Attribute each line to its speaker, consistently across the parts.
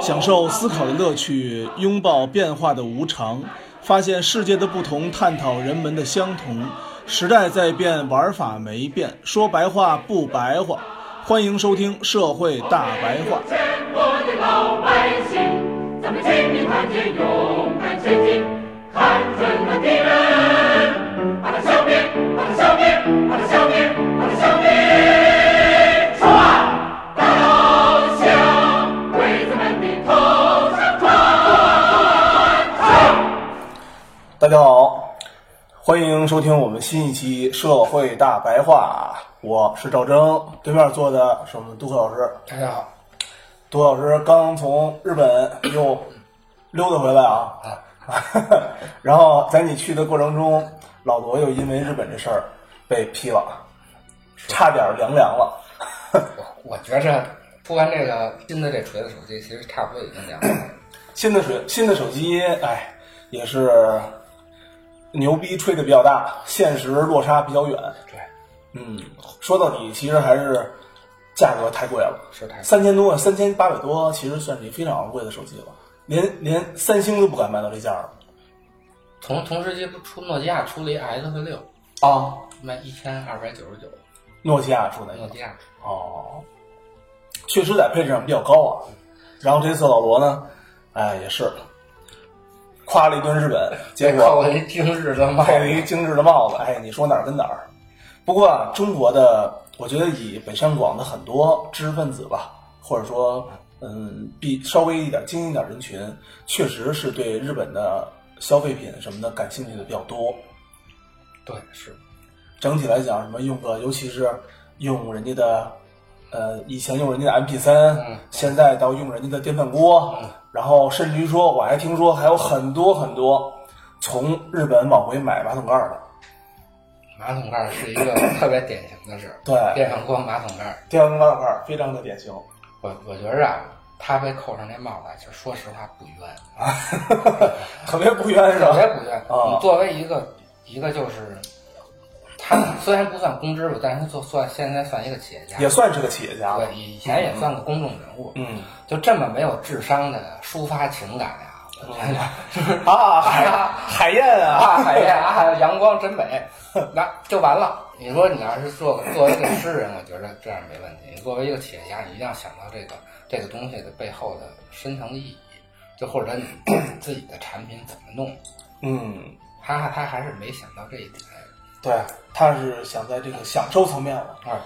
Speaker 1: 享受思考的乐趣，拥抱变化的无常，发现世界的不同，探讨人们的相同。时代在变，玩法没变，说白话不白话。欢迎收听《社会大白话》。
Speaker 2: 全国的老百姓，咱们全民团结，勇敢前进，看准了敌人，把他消灭，把他消灭，把他消灭，把他消灭！说啊，大老乡，为咱们的头上撞！
Speaker 1: 大家好，欢迎收听我们新一期《社会大白话》，我是赵征，对面坐的是我们杜克老师。
Speaker 3: 大家好，
Speaker 1: 杜老师刚从日本又溜达回来啊， 然后在你去的过程中，老罗又因为日本这事儿被批了，差点凉凉了。
Speaker 3: 我我觉着出完这个新的这锤子手机，其实差不多已经凉了。
Speaker 1: 新的水，新的手机， 哎，也是牛逼吹的比较大，现实落差比较远。
Speaker 3: 对，
Speaker 1: 嗯，说到底，其实还是价格太贵了，
Speaker 3: 是太
Speaker 1: 三千多，三千八百多，其实算是一非常昂贵的手机了，连连三星都不敢卖到这价了
Speaker 3: 同同时期不出诺基亚出了一 S 六，
Speaker 1: 啊。
Speaker 3: 卖一千二百九十九，
Speaker 1: 诺基亚出的
Speaker 3: 诺基亚出
Speaker 1: 哦，确实在配置上比较高啊。然后这次老罗呢，哎，也是夸了一顿日本，结
Speaker 3: 靠
Speaker 1: 果
Speaker 3: 我一精 致的帽
Speaker 1: 配了一个精致的帽子，哎，你说哪儿跟哪儿？不过啊，中国的，我觉得以北上广的很多知识分子吧，或者说，嗯，比稍微一点精英一点人群，确实是对日本的消费品什么的感兴趣的比较多。
Speaker 3: 对，是
Speaker 1: 整体来讲，什么用个，尤其是用人家的，呃，以前用人家的 MP 三、
Speaker 3: 嗯
Speaker 1: 现在到用人家的电饭锅，然后甚至于说，我还听说还有很多很多从日本往回买马桶盖儿的，
Speaker 3: 马桶盖儿是一个特别典型的事儿。
Speaker 1: 对
Speaker 3: 电饭锅马桶盖儿，
Speaker 1: 电饭锅马桶盖儿非常的典型。
Speaker 3: 我我觉着啊，他被扣上这帽子，其实说实话不冤，
Speaker 1: 特别不冤是
Speaker 3: 特
Speaker 1: 吧
Speaker 3: 别？不冤。
Speaker 1: 啊
Speaker 3: 你作为一个一个就是，他虽然不算公知吧，但是他就算现在算一个企业家，
Speaker 1: 也算是个企业家了。
Speaker 3: 对，啊以前也算个公众人物，
Speaker 1: 嗯
Speaker 3: 就这么没有智商的抒发情感呀、我觉 得
Speaker 1: 啊，海海燕啊，
Speaker 3: 啊，海燕啊，还有阳光真美，那就完了。你说你要是做个作为一个诗人，我觉得这样没问题。你作为一个企业家，你一定要想到这个这个东西的背后的深层意义，就或者你 自己的产品怎么弄，
Speaker 1: 嗯，
Speaker 3: 他他还是没想到这一点。
Speaker 1: 对，他是想在这个享受层面了。
Speaker 3: 啊，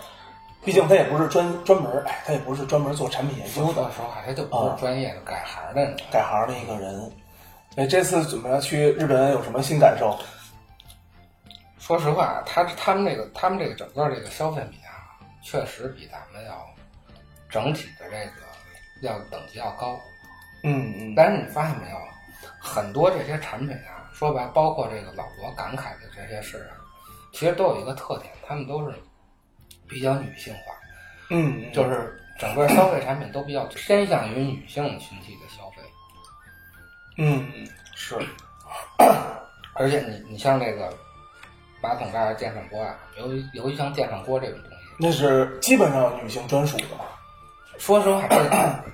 Speaker 1: 毕竟他也不是专专门儿，哎，他也不是专门做产品研
Speaker 3: 说
Speaker 1: 究的
Speaker 3: 说，实话，他就不是专业的改行的，你知道吗
Speaker 1: 改行的一个人。哎，这次怎么样去日本有什么新感受？
Speaker 3: 说实话，他他们这个他们这个整个这个消费比啊，确实比咱们要整体的这个要等级要高。
Speaker 1: 嗯嗯，
Speaker 3: 但是你发现没有，很多这些产品啊，说白了，包括这个老罗感慨的这些事儿啊，其实都有一个特点，他们都是比较女性化，
Speaker 1: 嗯，
Speaker 3: 就是是整个消费产品都比较偏向于女性群体的消费。
Speaker 1: 嗯是，
Speaker 3: 而且你你像这个马桶盖儿、电饭锅啊，由于由于像电饭锅这种东西，
Speaker 1: 那是基本上女性专属的吧？
Speaker 3: 说实话，这个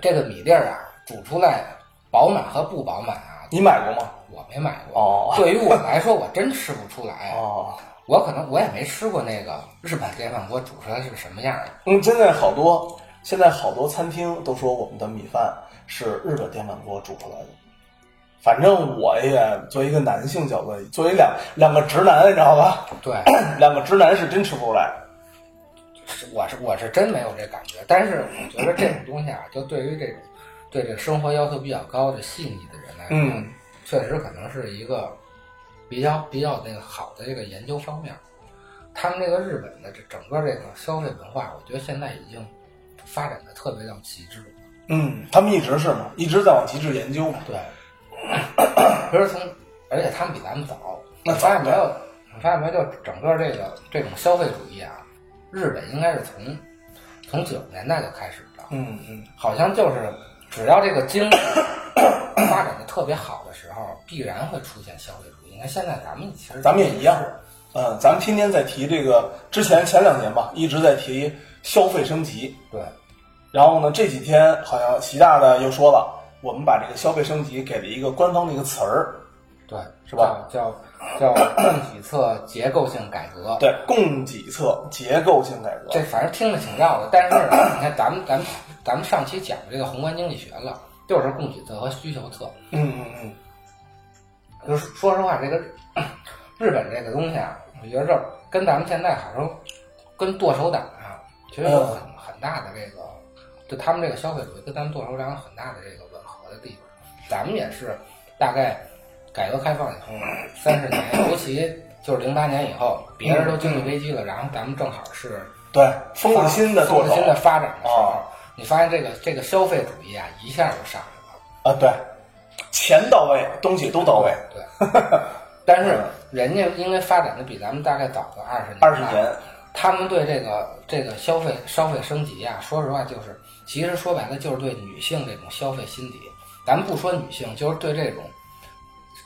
Speaker 3: 这个米粒儿啊，煮出来饱满和不饱满啊，
Speaker 1: 你买过吗？
Speaker 3: 我没买过。
Speaker 1: 哦
Speaker 3: 对于我来说，我真吃不出来。
Speaker 1: 哦，
Speaker 3: 我可能我也没吃过那个日本电饭锅煮出来是什么样的。
Speaker 1: 嗯，现在好多现在好多餐厅都说我们的米饭是日本电饭锅煮出来的。反正我也作为一个男性角度，作为两两个直男，你知道吧？
Speaker 3: 对，
Speaker 1: 两个直男是真吃不出来。
Speaker 3: 是我是我是真没有这感觉。但是我觉得这种东西啊，就对于这种对这个生活要求比较高的细腻的人来说，
Speaker 1: 嗯
Speaker 3: 确实可能是一个比较比较那个好的这个研究方面。他们这个日本的这整个这个消费文化，我觉得现在已经发展的特别到极致了。
Speaker 1: 嗯，他们一直是嘛，一直在往极致研究嘛。
Speaker 3: 对，比如从，而且他们比咱们早，
Speaker 1: 那
Speaker 3: 你
Speaker 1: 早
Speaker 3: 发现没有？你发现没有？就整个这个这种消费主义啊，日本应该是从从九十年代就开始的，
Speaker 1: 嗯嗯，
Speaker 3: 好像就是只要这个经济发展的特别好的时候，必然会出现消费主义。你看现在咱们其实
Speaker 1: 咱们也一样，嗯，咱们天天在提这个，之前前两年吧，一直在提消费升级，
Speaker 3: 对，
Speaker 1: 然后呢，这几天好像习大大又说了，我们把这个消费升级给了一个官方的一个词儿，
Speaker 3: 对，
Speaker 1: 是吧？
Speaker 3: 叫叫供给侧结构性改革。
Speaker 1: 啊对，供给侧结构性改革
Speaker 3: 这。反正听着挺绕的，但是呢，你看咱们咱们咱们上期讲的这个宏观经济学了，就是供给侧和需求侧。
Speaker 1: 嗯嗯嗯，
Speaker 3: 就是说实话，这个日本这个东西啊，我觉着跟咱们现在好像跟剁手党啊，其实有很很大的这个，就他们这个消费主义跟咱们剁手党有很大的这个吻合的地方。咱们也是大概改革开放以后三十年，尤其就是零八年以后，别人都经济危机了，然后咱们正好是
Speaker 1: 对，封了心的
Speaker 3: 做
Speaker 1: 剁手
Speaker 3: 新的发展的时候，
Speaker 1: 啊
Speaker 3: 你发现这个这个消费主义啊，一下就上来了。
Speaker 1: 啊，对，钱到位，东西都到位， 嗯
Speaker 3: 对，但是人家因为发展的比咱们大概早个二十年，
Speaker 1: 二十年，，
Speaker 3: 他们对这个这个消费消费升级啊，说实话就是，其实说白了就是对女性这种消费心理，咱们不说女性，就是对这种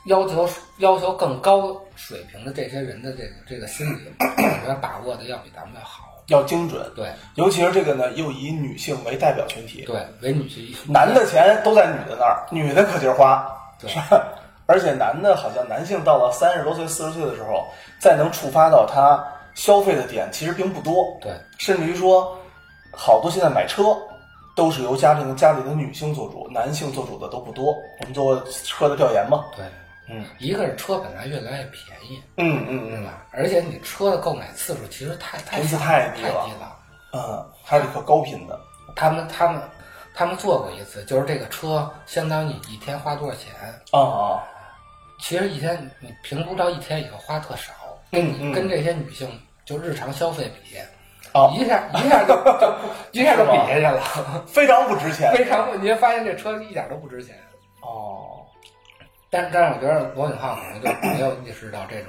Speaker 3: 要求要求更高水平的这些人的这个这个心理，我觉得把握的要比咱们要好。
Speaker 1: 要精准，
Speaker 3: 对
Speaker 1: 尤其是这个呢，又以女性为代表群体，
Speaker 3: 对，为女性
Speaker 1: 男的钱都在女的那儿，女的可劲儿花，
Speaker 3: 对
Speaker 1: 是吧？ 而且男的好像男性到了三十多岁、四十岁的时候，再能触发到他消费的点其实并不多，
Speaker 3: 对
Speaker 1: 甚至于说，好多现在买车都是由家庭家里的女性做主，男性做主的都不多。我们做过车的调研嘛，
Speaker 3: 对，
Speaker 1: 嗯，
Speaker 3: 一个是车本来越来越便宜，
Speaker 1: 嗯嗯
Speaker 3: 对
Speaker 1: 嗯
Speaker 3: 吧？而且你车的购买次数其实太太
Speaker 1: 频次
Speaker 3: 少
Speaker 1: 太低
Speaker 3: 低
Speaker 1: 了
Speaker 3: 了。
Speaker 1: 嗯，还是可高频的，
Speaker 3: 他们他们他们做过一次，就是这个车相当于你一天花多少钱，
Speaker 1: 啊啊，
Speaker 3: 其实一天你评估到一天以后花特少，
Speaker 1: 嗯嗯，
Speaker 3: 跟这些女性就日常消费比，
Speaker 1: 啊
Speaker 3: 一下一下就就 一下就比下去了，
Speaker 1: 非常不值钱
Speaker 3: 非常你会发现这车一点都不值钱。
Speaker 1: 哦，
Speaker 3: 但是但是我觉得罗永浩可能就没有意识到这种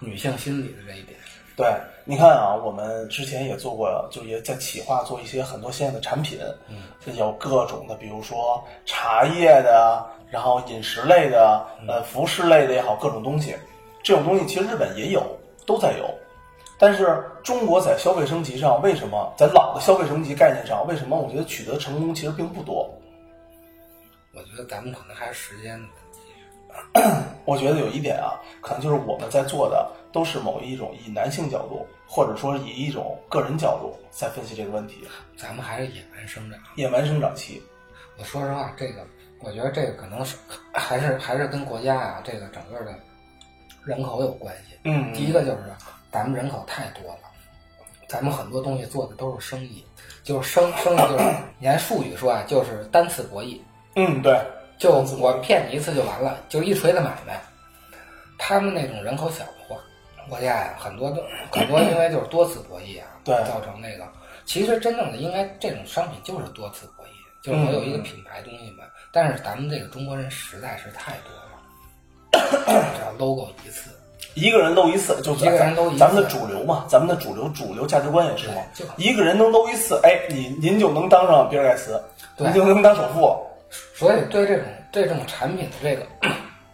Speaker 3: 女性心理的这一点，
Speaker 1: 对，你看啊，我们之前也做过，就也在企划做一些很多现在的产品，
Speaker 3: 嗯，
Speaker 1: 有各种的，比如说茶叶的，啊然后饮食类的，
Speaker 3: 嗯
Speaker 1: 呃，服饰类的也好，各种东西，这种东西其实日本也有，都在有。但是中国在消费升级上，为什么在老的消费升级概念上，为什么我觉得取得成功其实并不多？
Speaker 3: 我觉得咱们可能还是时间的问题。
Speaker 1: 我觉得有一点啊，可能就是我们在做的都是某一种以男性角度，或者说以一种个人角度在分析这个问题。
Speaker 3: 咱们还是野蛮生长。
Speaker 1: 野蛮生长期，
Speaker 3: 我说实话，这个我觉得这个可能是还是还是跟国家啊这个整个的人口有关系。
Speaker 1: 嗯
Speaker 3: 第一个就是咱们人口太多了，咱们很多东西做的都是生意，就是生生意就是 你按术语说啊，就是单次博弈，
Speaker 1: 嗯，对，
Speaker 3: 就我骗你一次就完了，就一锤子买卖。他们那种人口小的国国家呀，很多都 很多因为就是多次博弈啊，
Speaker 1: 对
Speaker 3: 造成那个。其实真正的应该这种商品就是多次博弈，就是我有一个品牌东西嘛。但是咱们这个中国人实在是太多了，只 要 logo 一次，
Speaker 1: 一个人搂一次，就
Speaker 3: 一个人搂一次
Speaker 1: 咱们的主流嘛，咱们的主流主流价值观也是嘛
Speaker 3: 对就，
Speaker 1: 一个人能搂一次，哎，你您就能当上比尔盖茨，
Speaker 3: 对
Speaker 1: 您就能当首富，
Speaker 3: 所以对这种对这种产品的这个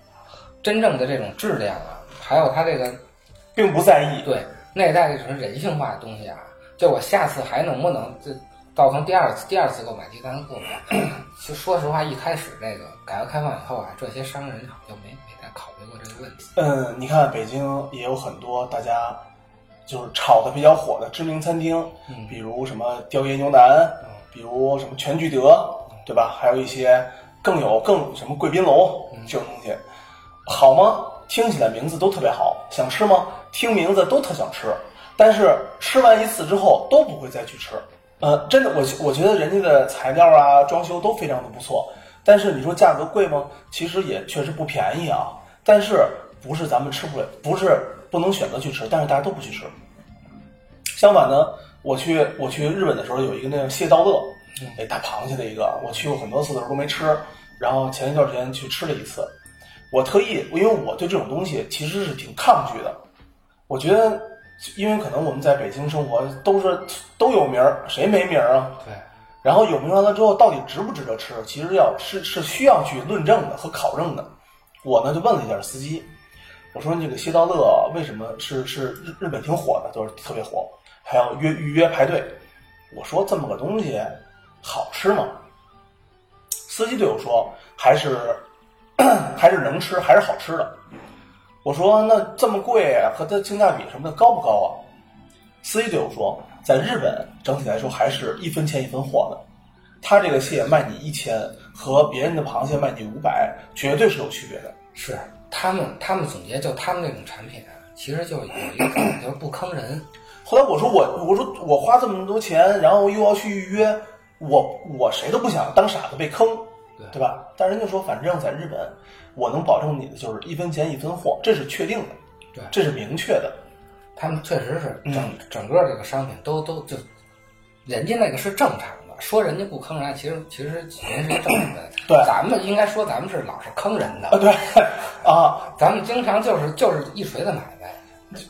Speaker 3: 真正的这种质量啊，还有它这个
Speaker 1: 并不在意。
Speaker 3: 对，内在这种人性化的东西啊，就我下次还能不能就造成第二次、第二次购买、第三次购买？ 就说实话，一开始这个改革开放以后啊，这些商人好像没没太考虑过这个问题。
Speaker 1: 嗯，你看北京也有很多大家就是炒的比较火的知名餐厅，
Speaker 3: 嗯
Speaker 1: 比如什么雕爷牛腩，比如什么全聚德，
Speaker 3: 嗯
Speaker 1: 对吧？还有一些更有更有什么贵宾楼
Speaker 3: 嗯
Speaker 1: 这种东西，好吗？听起来名字都特别好，想吃吗？听名字都特想吃，但是吃完一次之后都不会再去吃。呃，真的，我我觉得人家的材料啊、装修都非常的不错，但是你说价格贵吗？其实也确实不便宜啊，但是不是咱们吃不了，不是不能选择去吃，但是大家都不去吃。相反呢，我去我去日本的时候有一个那个蟹道乐，那大螃蟹的一个，我去过很多次的时候都没吃，然后前一段时间去吃了一次，我特意因为我对这种东西其实是挺抗拒的，我觉得因为可能我们在北京生活都是都有名儿，谁没名儿啊？
Speaker 3: 对，
Speaker 1: 然后有名完了之后，到底值不值得吃？其实要是是需要去论证的和考证的。我呢就问了一下司机，我说这个西道乐为什么是是日日本挺火的，就是特别火，还要约预约排队。我说这么个东西，好吃吗？司机对我说，还是 还是能吃，还是好吃的。我说那这么贵，啊和它性价比什么的高不高啊？司机对我说，在日本整体来说还是一分钱一分货的，他这个蟹卖你一千，和别人的螃蟹卖你五百，绝对是有区别的。
Speaker 3: 是他们他们总结就他们这种产品，啊其实就有一个感觉不坑人。
Speaker 1: 后来我说我我说我花这么多钱，然后又要去预约，我我谁都不想当傻子被坑，
Speaker 3: 对
Speaker 1: 对吧？但人家说，反正在日本，我能保证你的就是一分钱一分货，这是确定的，
Speaker 3: 对
Speaker 1: 这是明确的。
Speaker 3: 他们确实是整、
Speaker 1: 嗯
Speaker 3: 整个这个商品都都就，人家那个是正常的，说人家不坑人，其实其实人家是正常的。
Speaker 1: 对
Speaker 3: 咱们应该说咱们是老是坑人的，
Speaker 1: 啊，对啊，
Speaker 3: 咱们经常就是就是一锤子买卖。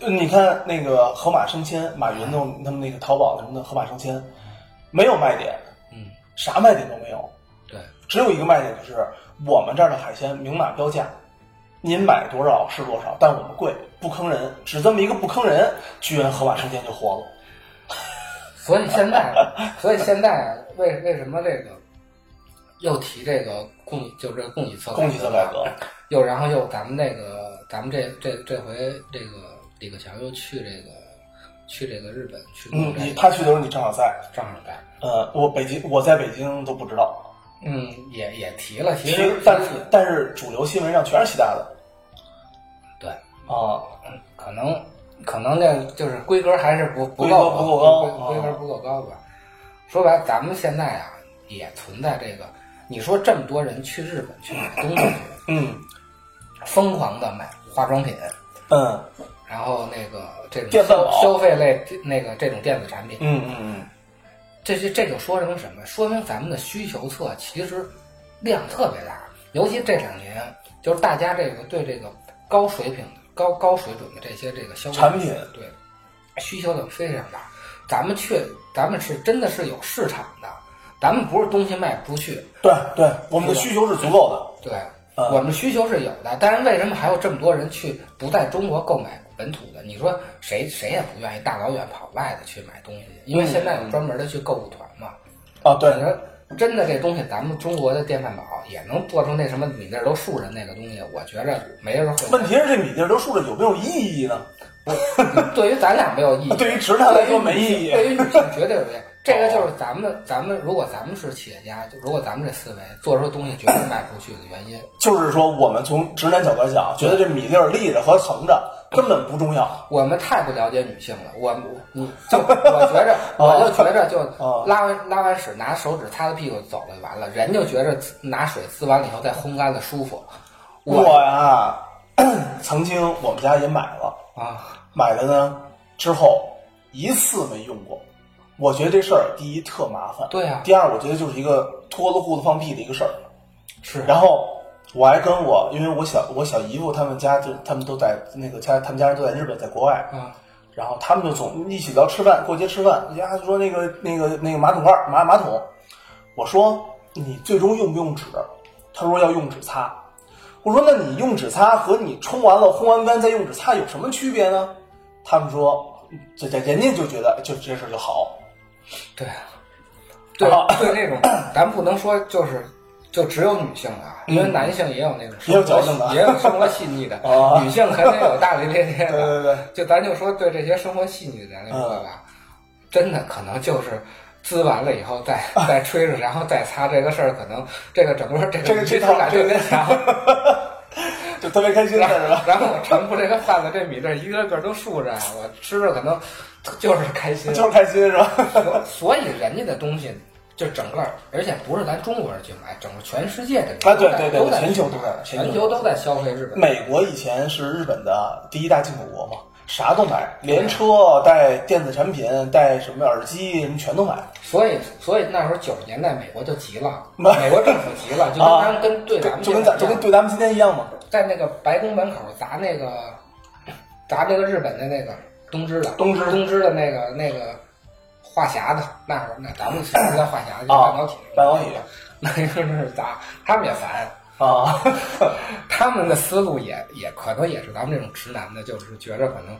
Speaker 1: 呃你看那个河马生鲜，马云弄他们那个淘宝什么的，河马生鲜没有卖点，
Speaker 3: 嗯，
Speaker 1: 啥卖点都没有，
Speaker 3: 对
Speaker 1: 只有一个卖点就是我们这儿的海鲜明码标价，您买多少是多少，但我们贵，不坑人，只这么一个不坑人，居然河马生鲜就火了。
Speaker 3: 所以现 在，所以现在为为什么这个又提这个供给，就是这个供给侧
Speaker 1: 供给侧改革，
Speaker 3: 又然后又咱们这个咱们这这这回这个李克强又去这个去这个日本去
Speaker 1: 嗯，
Speaker 3: 弄这
Speaker 1: 你
Speaker 3: 个
Speaker 1: 他去的时候你正好在，
Speaker 3: 正好干，
Speaker 1: 呃，我北京我在北京都不知道，
Speaker 3: 嗯，也也提了，其
Speaker 1: 其
Speaker 3: 实
Speaker 1: 实但是但是主流新闻上全是其他的
Speaker 3: 对，
Speaker 1: 啊，
Speaker 3: 可能可能这就是规格还是不不
Speaker 1: 规格
Speaker 3: 够
Speaker 1: 不够高
Speaker 3: 规规
Speaker 1: 啊
Speaker 3: 格不够高吧。说白，了，咱们现在啊也存在这个，你说这么多人去日本去买东西去，
Speaker 1: 嗯
Speaker 3: 疯狂的买化妆品，
Speaker 1: 嗯
Speaker 3: 然后那个这种
Speaker 1: 电饭
Speaker 3: 消
Speaker 1: 煲
Speaker 3: 消费类那个这种电子产品，
Speaker 1: 嗯嗯嗯，
Speaker 3: 这这这就说明什么？说明咱们的需求侧其实量特别大，尤其这两年，就是大家这个对这个高水平的、高高水准的这些这个消费
Speaker 1: 产品
Speaker 3: 对需求量非常大。咱们确，咱们是真的是有市场的，咱们不是东西卖不出去，
Speaker 1: 对对，我们的需求是足够的。
Speaker 3: 对，
Speaker 1: 嗯
Speaker 3: 我们需求是有的，但是为什么还有这么多人去不在中国购买本土的？你说谁谁也不愿意大老远跑外头去买东西去，
Speaker 1: 嗯
Speaker 3: 因为现在有专门的去购物团嘛。
Speaker 1: 啊，对
Speaker 3: 你，说真的，这东西咱们中国的电饭煲也能做成那什么米粒儿都竖着那个东西，我觉着没人会。
Speaker 1: 问题是这米粒儿都竖着有没有意义呢？
Speaker 3: 对于咱俩没有意义，
Speaker 1: 对于直男来说没意义
Speaker 3: 对于女性绝对有意义。这个就是咱们咱们如果咱们是企业家，就如果咱们这思维做出东西绝对卖不出去的原因，
Speaker 1: 就是说，我们从直男角度来讲，觉得这米粒儿立着和横着根本不重要。
Speaker 3: 我们太不了解女性了，我你就我觉 着，我就觉着
Speaker 1: 哦
Speaker 3: 就拉完拉完屎拿手指擦擦屁股走了就完了，人就觉着拿水滋完了以后再烘干了舒服。
Speaker 1: 我
Speaker 3: 我
Speaker 1: 呀， 曾经我们家也买了，
Speaker 3: 啊，
Speaker 1: 买了呢之后一次没用过。我觉得这事儿第一特麻烦，
Speaker 3: 对啊
Speaker 1: 第二，我觉得就是一个脱了裤子放屁的一个事儿。
Speaker 3: 是
Speaker 1: 然后我还跟我，因为我小我小姨夫他们家就他们都在那个家，他们家人都在日本，在国外，
Speaker 3: 啊，
Speaker 1: 然后他们就总一起聊吃饭，过街吃饭，人家说那个那个那个马桶盖儿马马桶，我说你最终用不用纸？他说要用纸擦。我说那你用纸擦和你冲完了烘完干再用纸擦有什么区别呢？他们说这这人家就觉得就这事儿就好，
Speaker 3: 对啊，对
Speaker 1: 好
Speaker 3: 对，那种咱不能说就是就只有女性啊，因为男性也有那种
Speaker 1: 嗯也有
Speaker 3: 生
Speaker 1: 矫
Speaker 3: 活
Speaker 1: 情的
Speaker 3: 也有生活细腻的
Speaker 1: 哦，呃
Speaker 3: 女性肯定有大大咧咧
Speaker 1: 对对
Speaker 3: 的。
Speaker 1: 对，
Speaker 3: 就咱就说对这些生活细腻的人来说吧，真的可能就是滋完了以后 再再吹着，然后再擦这个事儿，可能这个整个这个
Speaker 1: 这个这
Speaker 3: 仪式
Speaker 1: 套
Speaker 3: 感
Speaker 1: 这
Speaker 3: 特
Speaker 1: 个
Speaker 3: 别强。
Speaker 1: 就特别开心的
Speaker 3: 然
Speaker 1: 是
Speaker 3: 后
Speaker 1: 吧？
Speaker 3: 然后我尝过这个饭的这米粒儿，一个个都竖着，啊我吃着可能就是开心。
Speaker 1: 就是开心是吧？
Speaker 3: 所以人家的东西就整个，而且不是咱中国人去买，整个全世界的人
Speaker 1: 啊对
Speaker 3: 都在
Speaker 1: 对对
Speaker 3: 都在
Speaker 1: 全球
Speaker 3: 去
Speaker 1: 都
Speaker 3: 买
Speaker 1: 在全球
Speaker 3: 全球都在消费日本。
Speaker 1: 美国以前是日本的第一大进口国嘛，啥都买，连车带电子产品带什么耳机什么全都买。
Speaker 3: 所以，所以那时候九十年代美国就急了，
Speaker 1: 那
Speaker 3: 美国政府急了，就跟
Speaker 1: 啊
Speaker 3: 咱们跟对咱们
Speaker 1: 就
Speaker 3: 现
Speaker 1: 跟
Speaker 3: 在
Speaker 1: 咱
Speaker 3: 一
Speaker 1: 就
Speaker 3: 样
Speaker 1: 跟对咱们今天一样嘛。
Speaker 3: 在那个白宫门口砸那个砸那个日本的那个东芝的
Speaker 1: 东芝
Speaker 3: 东芝的那个那个话匣子，那会儿那咱们是叫话匣子，就
Speaker 1: 啊
Speaker 3: 半导体
Speaker 1: 半导体
Speaker 3: 那个那是砸，他们也烦。
Speaker 1: 啊，
Speaker 3: 他们的思路也也可能也是咱们这种直男的，就是觉着可能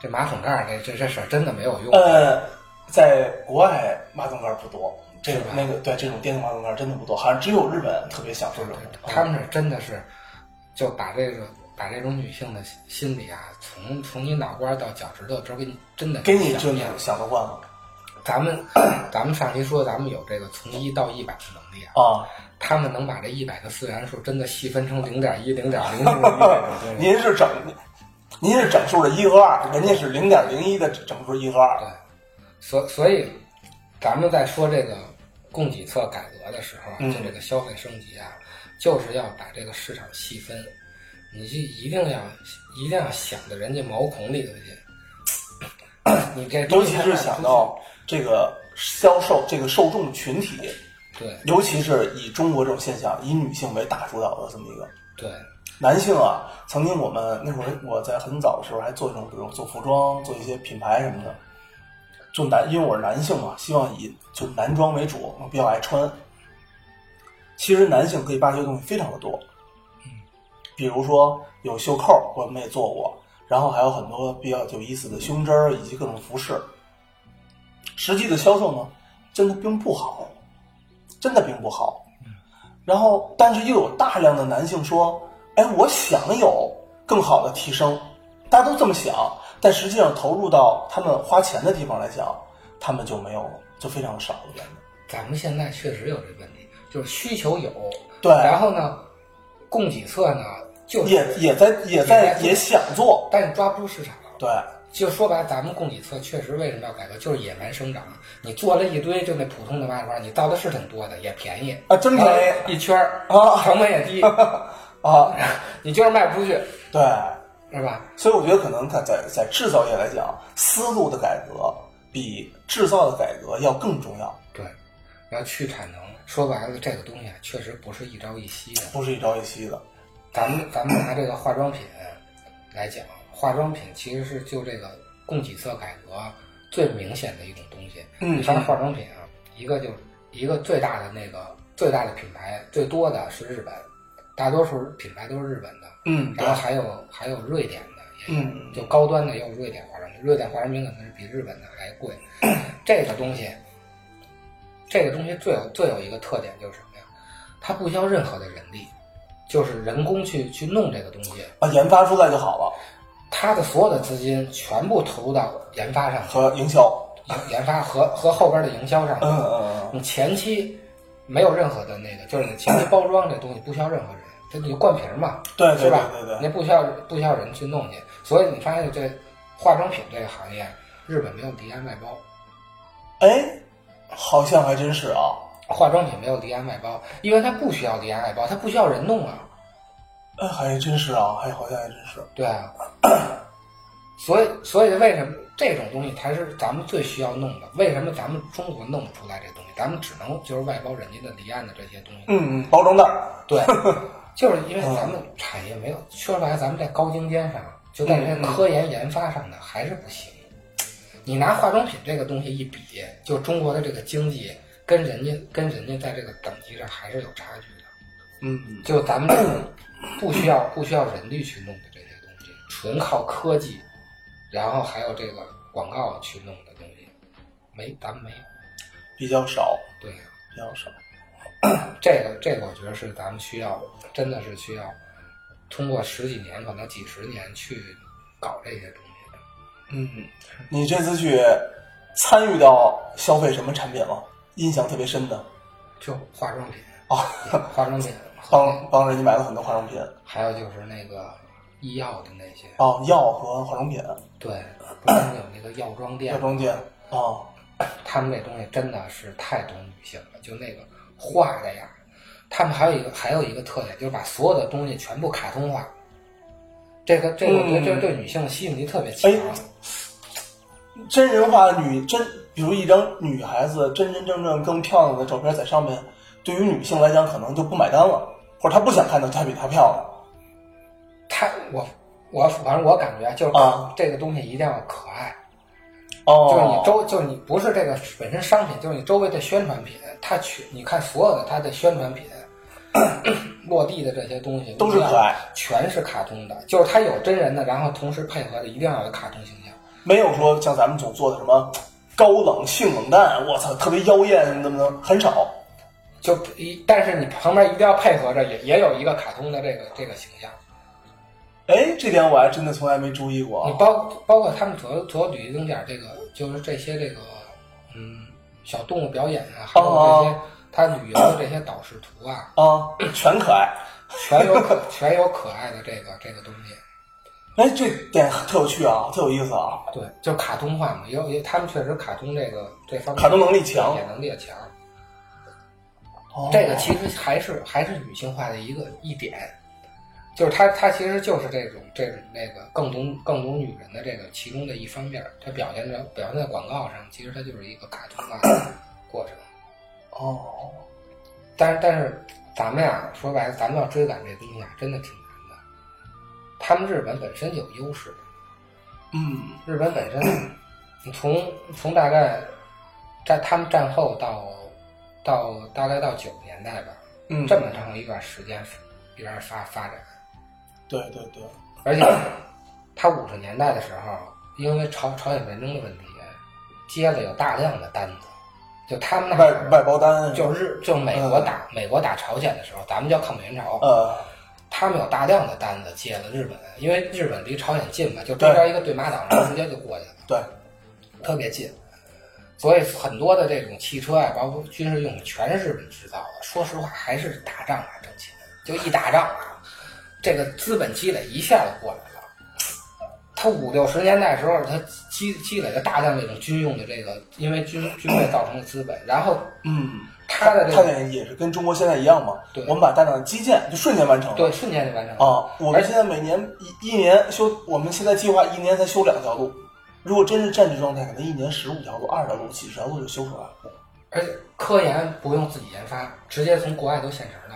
Speaker 3: 这马桶盖儿这这这事儿真的没有用。
Speaker 1: 呃，在国外马桶盖不多，这
Speaker 3: 是
Speaker 1: 个
Speaker 3: 吧
Speaker 1: 那个对这种电动马桶盖真的不多，好像只有日本特别享受这种。嗯
Speaker 3: 他们是真的是就把这个把这种女性的心心理啊，从从你脑瓜到脚趾头，这给你真的
Speaker 1: 给你就
Speaker 3: 讲
Speaker 1: 你
Speaker 3: 遍了。
Speaker 1: 享受惯了
Speaker 3: 咱们咱们上期说咱们有这个从一到一百的能力啊，
Speaker 1: 啊！
Speaker 3: 他们能把这一百个自然数真的细分成零点一、零点零零零零。
Speaker 1: 您是整，您是整数的一和二，人家是零点零一的整数一和二。
Speaker 3: 对，所所以咱们在说这个供给侧改革的时候啊，
Speaker 1: 嗯
Speaker 3: 就这个消费升级啊，就是要把这个市场细分，你就一定要一定要想到人家毛孔里头去，你这
Speaker 1: 尤
Speaker 3: 东西
Speaker 1: 其是
Speaker 3: 还卖不
Speaker 1: 想
Speaker 3: 出去
Speaker 1: 到这个销售这个受众群体，
Speaker 3: 对
Speaker 1: 尤其是以中国这种现象，以女性为大主导的这么一个
Speaker 3: 对
Speaker 1: 男性啊。曾经我们那会儿我在很早的时候还做这种，比如做服装，做一些品牌什么的。就男，因为我是男性嘛，希望以就男装为主，我比较爱穿。其实男性可以挖掘的东西非常的多，比如说有袖扣，我们也做过，然后还有很多比较有意思的胸针儿以及各种服饰。实际的销售呢，真的并不好，真的并不好。然后，但是又有大量的男性说：“哎，我想有更好的提升。”大家都这么想，但实际上投入到他们花钱的地方来讲，他们就没有了，就非常少了。变得
Speaker 3: 咱们现在确实有这问题，就是需求有，
Speaker 1: 对
Speaker 3: 然后呢，供给侧呢就是
Speaker 1: 也也在也在
Speaker 3: 也在
Speaker 1: 也想做，
Speaker 3: 但你抓不住市场。
Speaker 1: 对
Speaker 3: 就说白，了，咱们供给侧确实为什么要改革，就是野蛮生长。你做了一堆，就那普通的麻花，你倒的是挺多的，也便宜
Speaker 1: 啊真便宜，
Speaker 3: 一圈儿
Speaker 1: 啊
Speaker 3: 成本也 低，
Speaker 1: 啊，
Speaker 3: 你就是卖不出去，
Speaker 1: 对。
Speaker 3: 是吧？
Speaker 1: 所以我觉得可能它在在制造业来讲，思路的改革比制造的改革要更重要，
Speaker 3: 对，然后去产能，说白了，这个东西啊，确实不是一朝一夕的。
Speaker 1: 不是一朝一夕的。
Speaker 3: 咱们咱们拿这个化妆品来讲，化妆品其实是就这个供给侧改革最明显的一种东西。
Speaker 1: 嗯
Speaker 3: 你看化妆品啊，一个就是一个最大的那个最大的品牌最多的是日本，大多数品牌都是日本的，
Speaker 1: 嗯，对
Speaker 3: 然后，还有还有瑞典的，也有
Speaker 1: 嗯
Speaker 3: 就高端的也有瑞典化妆品，瑞典化妆品可能是比日本的还贵。这个东西，这个东西最有最有一个特点就是什么呀？它不需要任何的人力，就是人工去去弄这个东西，
Speaker 1: 啊，研发出来就好了，
Speaker 3: 它的所有的资金全部投入到研发上去，
Speaker 1: 和营销。
Speaker 3: 研研发和和后边的营销上去。
Speaker 1: 嗯嗯
Speaker 3: 你前期没有任何的那个，就是你前期包装这东西不需要任何人，这你就灌瓶儿嘛，
Speaker 1: 对对
Speaker 3: 是吧？
Speaker 1: 对对对
Speaker 3: 那不需要不需要人去弄去，所以你发现这化妆品这个行业，日本没有离岸外包，
Speaker 1: 嗯，哎，好像还真是啊。
Speaker 3: 化妆品没有离岸外包，因为它不需要离岸外包，它不需要人弄啊，
Speaker 1: 哎，还真是啊，还好像还真是。
Speaker 3: 对啊。 所以，所以为什么这种东西才是咱们最需要弄的？为什么咱们中国弄不出来这东西？咱们只能就是外包人家的离岸的这些东西。
Speaker 1: 嗯嗯，包装袋儿
Speaker 3: 对，就是因为咱们产业没有，说白了，咱们在高精尖上，就在这科研研发上呢，还是不行。你拿化妆品这个东西一比，就中国的这个经济跟人家跟人家在这个等级上还是有差距的。
Speaker 1: 嗯，
Speaker 3: 就咱们这种不需要不需要人力去弄的这些东西，纯靠科技，然后还有这个广告去弄的东西，没咱们没有。
Speaker 1: 比较少，
Speaker 3: 对呀、
Speaker 1: 比较少。
Speaker 3: 这个这个，我觉得是咱们需要，真的是需要通过十几年，可能几十年去搞这些东西的。
Speaker 1: 嗯，你这次去参与到消费什么产品了？印象特别深的，
Speaker 3: 就化妆品
Speaker 1: 哦，
Speaker 3: 化妆品和那，
Speaker 1: 帮帮人家买了很多化妆品，
Speaker 3: 还有就是那个医药的那些，
Speaker 1: 哦，药和化妆品，
Speaker 3: 对，不是有那个药妆店，
Speaker 1: 药妆店，哦，
Speaker 3: 他们这东西真的是太懂女性了，就那个画的呀，他们还有一个还有一个特点，就是把所有的东西全部卡通化。这个这个，我觉得这
Speaker 1: 嗯
Speaker 3: 对女性的吸引力特别强。
Speaker 1: 哎真人化女真，比如一张女孩子真真正正更漂亮的照片在上面，对于女性来讲可能就不买单了，或者她不想看到她比她漂亮。
Speaker 3: 他我我反正我感觉就是
Speaker 1: 啊
Speaker 3: 这个东西一定要可爱，
Speaker 1: 哦，
Speaker 3: 就是你周就是你不是这个本身商品，就是你周围的宣传品，它去你看所有的它的宣传品落地的这些东西
Speaker 1: 都是可爱，
Speaker 3: 全是卡通的，就是它有真人的，然后同时配合的一定要有卡通形象。
Speaker 1: 没有说像咱们总做的什么高冷性冷淡，我操，特别妖艳，怎么能很少？
Speaker 3: 就一，但是你旁边一定要配合着，也也有一个卡通的这个这个形象。
Speaker 1: 哎，这点我还真的从来没注意
Speaker 3: 你
Speaker 1: 过。啊
Speaker 3: 包包括他们左右左右吕一丁点儿这个，就是这些这个嗯小动物表演啊，还
Speaker 1: 哦
Speaker 3: 有这些他旅游的这些导视图啊，
Speaker 1: 啊，全可爱。
Speaker 3: 全有可全有可爱的这个这个东西。
Speaker 1: 哎，这点特有趣啊，特有意思啊，
Speaker 3: 对，就卡通化嘛，也有也他们确实卡通这个这方面
Speaker 1: 卡通能力强
Speaker 3: 也能力也强。
Speaker 1: 哦
Speaker 3: 这个其实还是还是女性化的一个一点，就是它它其实就是这种这种那个更懂更懂女人的这个其中的一方面，它表现着表现在广告上，其实它就是一个卡通化的过程。
Speaker 1: 哦，
Speaker 3: 但是但是咱们呀、说白了，咱们要追赶这东西啊，真的挺难的。他们日本本身有优势，
Speaker 1: 嗯，
Speaker 3: 日本本身从从大概战他们战后到到大概到九十年代吧，
Speaker 1: 嗯
Speaker 3: 这么长一段时间一边发发展，
Speaker 1: 对对对，
Speaker 3: 而且他五十年代的时候，因为朝朝鲜战争的问题，接了有大量的单子，就他们那
Speaker 1: 外
Speaker 3: 会儿
Speaker 1: 外嗯包单
Speaker 3: 嗯就是就美国打、美国打朝鲜的时候，咱们叫抗美援朝，
Speaker 1: 呃，
Speaker 3: 他们有大量的单子接了日本，因为日本离朝鲜近嘛，就中间一个对马岛，然后直接就过去了。
Speaker 1: 对，
Speaker 3: 特别近，所以很多的这种汽车啊，包括军事用品，全是日本制造的。说实话，还是打仗啊挣钱，就一打仗啊，这个资本积累一下就过来了。他五六十年代的时候，他积积累了大量这种军用的这个，因为军军备造成的资本，然后
Speaker 1: 嗯，
Speaker 3: 他的这
Speaker 1: 它
Speaker 3: 个
Speaker 1: 那也是跟中国现在一样嘛，
Speaker 3: 对
Speaker 1: 我们把大量的基建就瞬间完成了。
Speaker 3: 对瞬间就完成了。
Speaker 1: 啊，我们现在每年一一年修，我们现在计划一年才修两条路。如果真是战时状态，可能一年十五条路、二十条路、几十条路就修出来了。
Speaker 3: 而且科研不用自己研发，直接从国外都现成的。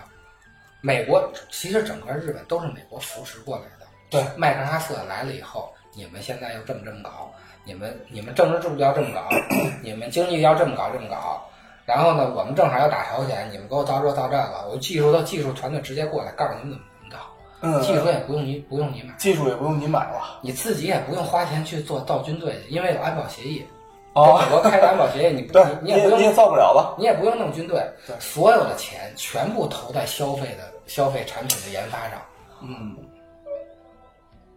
Speaker 3: 美国其实整个日本都是美国扶持过来的。
Speaker 1: 对，
Speaker 3: 麦克阿瑟来了以后，你们现在要这么这么搞，你们你们政治制度要这么搞， 你们经济要这么搞这么搞。然后呢，我们正好要打朝鲜，你们给我造这造这个，我技术的技术团队直接过来告诉你们怎么搞，
Speaker 1: 嗯，
Speaker 3: 技术也不用你不用你买，
Speaker 1: 技术也不用你买了。
Speaker 3: 你自己也不用花钱去做造军队，因为有安保协议。
Speaker 1: 哦
Speaker 3: 跟美国开的安保协议，你不
Speaker 1: 对，你
Speaker 3: 你也
Speaker 1: 也
Speaker 3: 不用
Speaker 1: 你也造不了了。
Speaker 3: 你也不用弄军队
Speaker 1: 对，
Speaker 3: 所有的钱全部投在消费的消费产品的研发上。
Speaker 1: 嗯，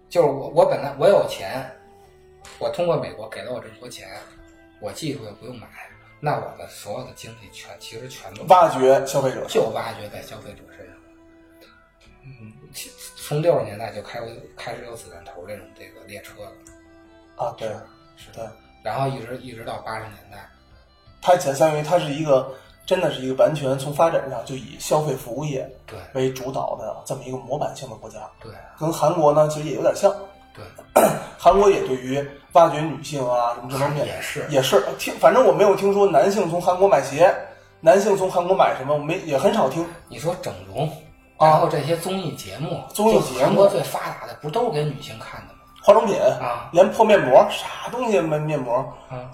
Speaker 3: 就是我我本来我有钱，我通过美国给了我这么多钱，我技术也不用买，那我的所有的精力全其实全都
Speaker 1: 嗯挖掘消费者。
Speaker 3: 就挖掘在消费者身上。嗯，其从六十年代就开过开始有子弹头这种这个列车了，
Speaker 1: 啊，对，
Speaker 3: 是
Speaker 1: 对
Speaker 3: 的，，然后一直一直到八十年代，
Speaker 1: 它相当于它是一个，真的是一个完全从发展上就以消费服务业
Speaker 3: 对
Speaker 1: 为主导的这么一个模板性的国家，
Speaker 3: 对
Speaker 1: 跟韩国呢其实也有点像。
Speaker 3: 对，
Speaker 1: 韩国也对于挖掘女性啊什么这方面
Speaker 3: 也是
Speaker 1: 也是听，反正我没有听说男性从韩国买鞋，男性从韩国买什么，我没也很少听。
Speaker 3: 你说整容，
Speaker 1: 啊
Speaker 3: 然后这些综艺节目，
Speaker 1: 综艺
Speaker 3: 就
Speaker 1: 节目
Speaker 3: 韩国最发达的不都是给女性看的吗？
Speaker 1: 化妆品
Speaker 3: 啊
Speaker 1: 连破面膜啥东西面面膜，
Speaker 3: 啊，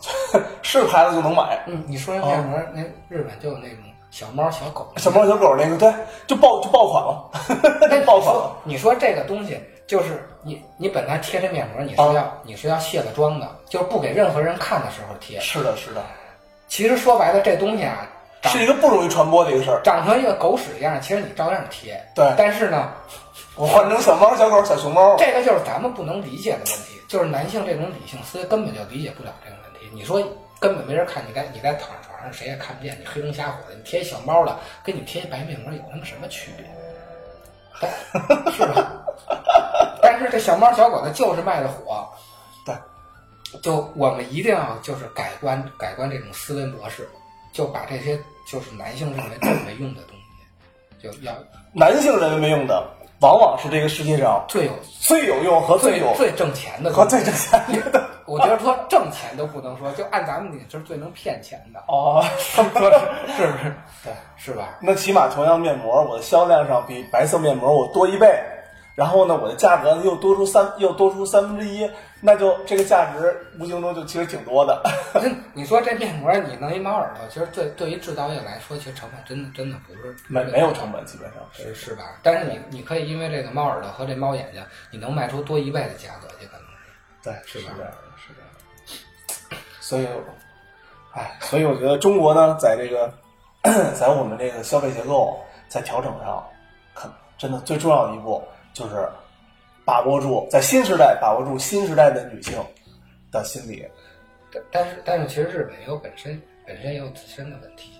Speaker 1: 是牌子就能买。
Speaker 3: 嗯，你说
Speaker 1: 哦
Speaker 3: 面膜，那日本就有那种小猫小狗，
Speaker 1: 小猫小狗那个对，就爆就爆款了，
Speaker 3: 那
Speaker 1: 就
Speaker 3: 你
Speaker 1: 爆款了
Speaker 3: 说。你说这个东西，就是你你本来贴着面膜，你是
Speaker 1: 哦
Speaker 3: 要、你是要卸了妆的，就是不给任何人看的时候贴。
Speaker 1: 是的，是的，
Speaker 3: 其实说白了，这东西啊，长
Speaker 1: 是一个不容易传播的一个事儿。
Speaker 3: 长成一个狗屎一样，其实你照样贴。
Speaker 1: 对
Speaker 3: 但是呢，
Speaker 1: 我换成小猫小狗小熊猫了，
Speaker 3: 这个就是咱们不能理解的问题，就是男性这种理性思维根本就理解不了这个问题。你说根本没人看，你在你在躺床上谁也看不见，你黑灯瞎火的，你贴一小猫的，跟你贴一白面膜有他妈什么区别？ 但是吧？但是这小猫小狗的就是卖的火，
Speaker 1: 对，
Speaker 3: 就我们一定要就是改观改观这种思维模式，就把这些就是男性认为最没用的东西，就要
Speaker 1: 男性人没用的，往往是这个世界上
Speaker 3: 最有
Speaker 1: 最有用和最
Speaker 3: 最
Speaker 1: 有
Speaker 3: 最挣钱的东
Speaker 1: 和
Speaker 3: 西
Speaker 1: 最挣钱的。，
Speaker 3: 我觉得说挣钱都不能说，就按咱们那就是最能骗钱的
Speaker 1: 哦，是
Speaker 3: 是不是？ 对，是吧？
Speaker 1: 那起码同样面膜，我的销量上比白色面膜我多一倍，然后呢，我的价格呢又多出三又多出三分之一，那就这个价值无形中就其实挺多的。
Speaker 3: 你说这面膜你弄一猫耳朵，其实对对于制造业来说，其实成本真的真的不是
Speaker 1: 没没有成本，基本上
Speaker 3: 是是吧？但是你你可以因为这个猫耳朵和这猫眼睛，你能卖出多一倍的价格去，可能是
Speaker 1: 对，
Speaker 3: 是吧
Speaker 1: 这样的，是这样的。所以
Speaker 3: 哎，
Speaker 1: 所以我觉得中国呢，在这个 在我们这个消费结构在调整上，可真的最重要的一步就是把握住在新时代把握住新时代的女性的心理，
Speaker 3: 但但是但是其实日本也有本身本身也有自身的问题，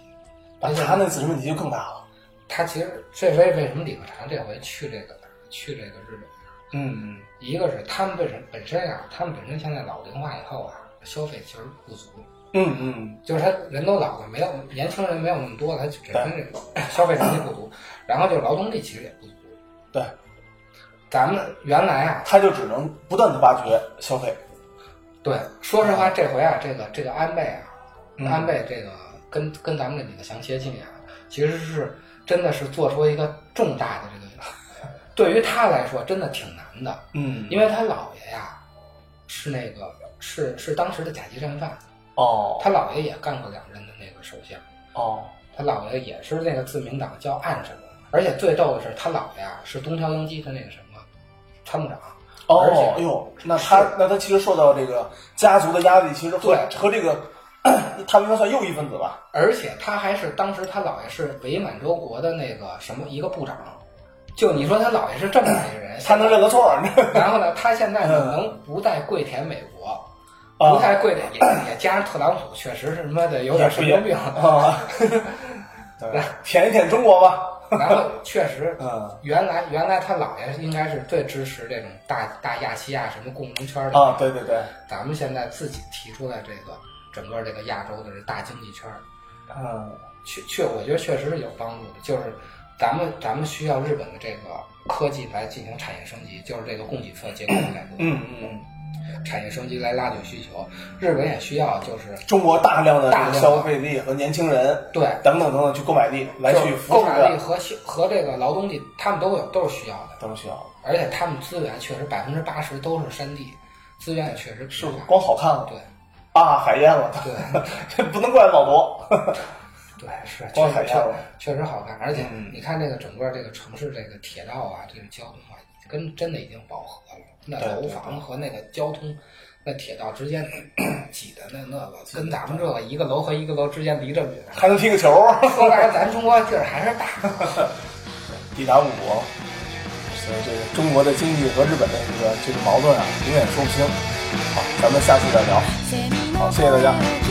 Speaker 1: 把她那自身问题就更大了。
Speaker 3: 他其实这为为什么李克强这回去这个去这个日本啊？
Speaker 1: 嗯，
Speaker 3: 一个是他们本身本身啊，他们本身现在老龄化以后啊，消费其实不足，
Speaker 1: 嗯嗯，
Speaker 3: 就是他人都老了，没有年轻人没有那么多了，他就本身这个消费能力不足，然后就是劳动力其实也不足。
Speaker 1: 对，
Speaker 3: 咱们原来啊，
Speaker 1: 她就只能不断的挖掘消费。
Speaker 3: 对，说实话，这回啊，这个这个安倍啊，
Speaker 1: 嗯
Speaker 3: 安倍这个跟跟咱们这几个详切记啊，其实是真的是做出一个重大的这个， 对于他来说真的挺难的，
Speaker 1: 嗯
Speaker 3: 因为他姥爷呀、是那个是是当时的甲级战犯，
Speaker 1: 哦
Speaker 3: 他姥爷也干过两任的那个首相，
Speaker 1: 哦，
Speaker 3: 他姥爷也是那个自民党叫岸什么，而且最逗的是他姥爷啊是东条英机的那个什么参谋长，而且
Speaker 1: 哦，哎呦，那他
Speaker 3: 是
Speaker 1: 那他其实受到这个家族的压力，其实和
Speaker 3: 对
Speaker 1: 和这个他们应该算右翼分子吧？
Speaker 3: 而且他还是当时他姥爷是伪满洲国的那个什么一个部长，就你说他姥爷是这么一个人，
Speaker 1: 他能认个错儿， 你知道吗
Speaker 3: 然后呢，他现在呢
Speaker 1: 嗯
Speaker 3: 能不再跪舔美国，
Speaker 1: 啊
Speaker 3: 不再跪舔也也加上特朗普，确实是他妈的有点神经病。
Speaker 1: 啊，对， 舔一舔中国吧。
Speaker 3: 然后确实，
Speaker 1: 嗯
Speaker 3: 原来原来他姥爷应该是最支持这种大大亚细亚什么共荣圈的
Speaker 1: 啊，对对对，
Speaker 3: 咱们现在自己提出来这个整个这个亚洲的这大经济圈儿，
Speaker 1: 嗯
Speaker 3: 确确，我觉得确实是有帮助的。就是咱们咱们需要日本的这个科技来进行产业升级，就是这个供给侧结构的改革，
Speaker 1: 嗯嗯，
Speaker 3: 产业升级来拉动需求。日本也需要就是
Speaker 1: 中国大量的
Speaker 3: 大量的
Speaker 1: 消费力和年轻人
Speaker 3: 对，
Speaker 1: 等等等等去购买力来
Speaker 3: 就
Speaker 1: 去
Speaker 3: 是
Speaker 1: 扶
Speaker 3: 购
Speaker 1: 持啊
Speaker 3: 买力
Speaker 1: 的，
Speaker 3: 和消和这个劳动力，他们都有都是需要的，
Speaker 1: 都需要。
Speaker 3: 而且他们资源确实百分之八十都是山地，资源也确实
Speaker 1: 是
Speaker 3: 不
Speaker 1: 光好看了
Speaker 3: 对
Speaker 1: 啊，海燕了，
Speaker 3: 对
Speaker 1: 不能怪老罗。
Speaker 3: 对是
Speaker 1: 光
Speaker 3: 确
Speaker 1: 海
Speaker 3: 实
Speaker 1: 淀了
Speaker 3: 确实好看，而且
Speaker 1: 嗯
Speaker 3: 你看这个整个这个城市这个铁道啊，这个交通啊，跟真的已经饱和了。那
Speaker 1: 对
Speaker 3: 楼
Speaker 1: 对
Speaker 3: 房和那个交通，那铁道之间 挤的那那个，跟咱们这个一个楼和一个楼之间离 这么远。
Speaker 1: 还能踢个球，
Speaker 3: 说白了，咱中国地儿还是大。
Speaker 1: 抵达五国。所以这个中国的经济和日本的这个这个矛盾啊，永远说不清。好，咱们下次再聊。
Speaker 4: 好，谢谢大家。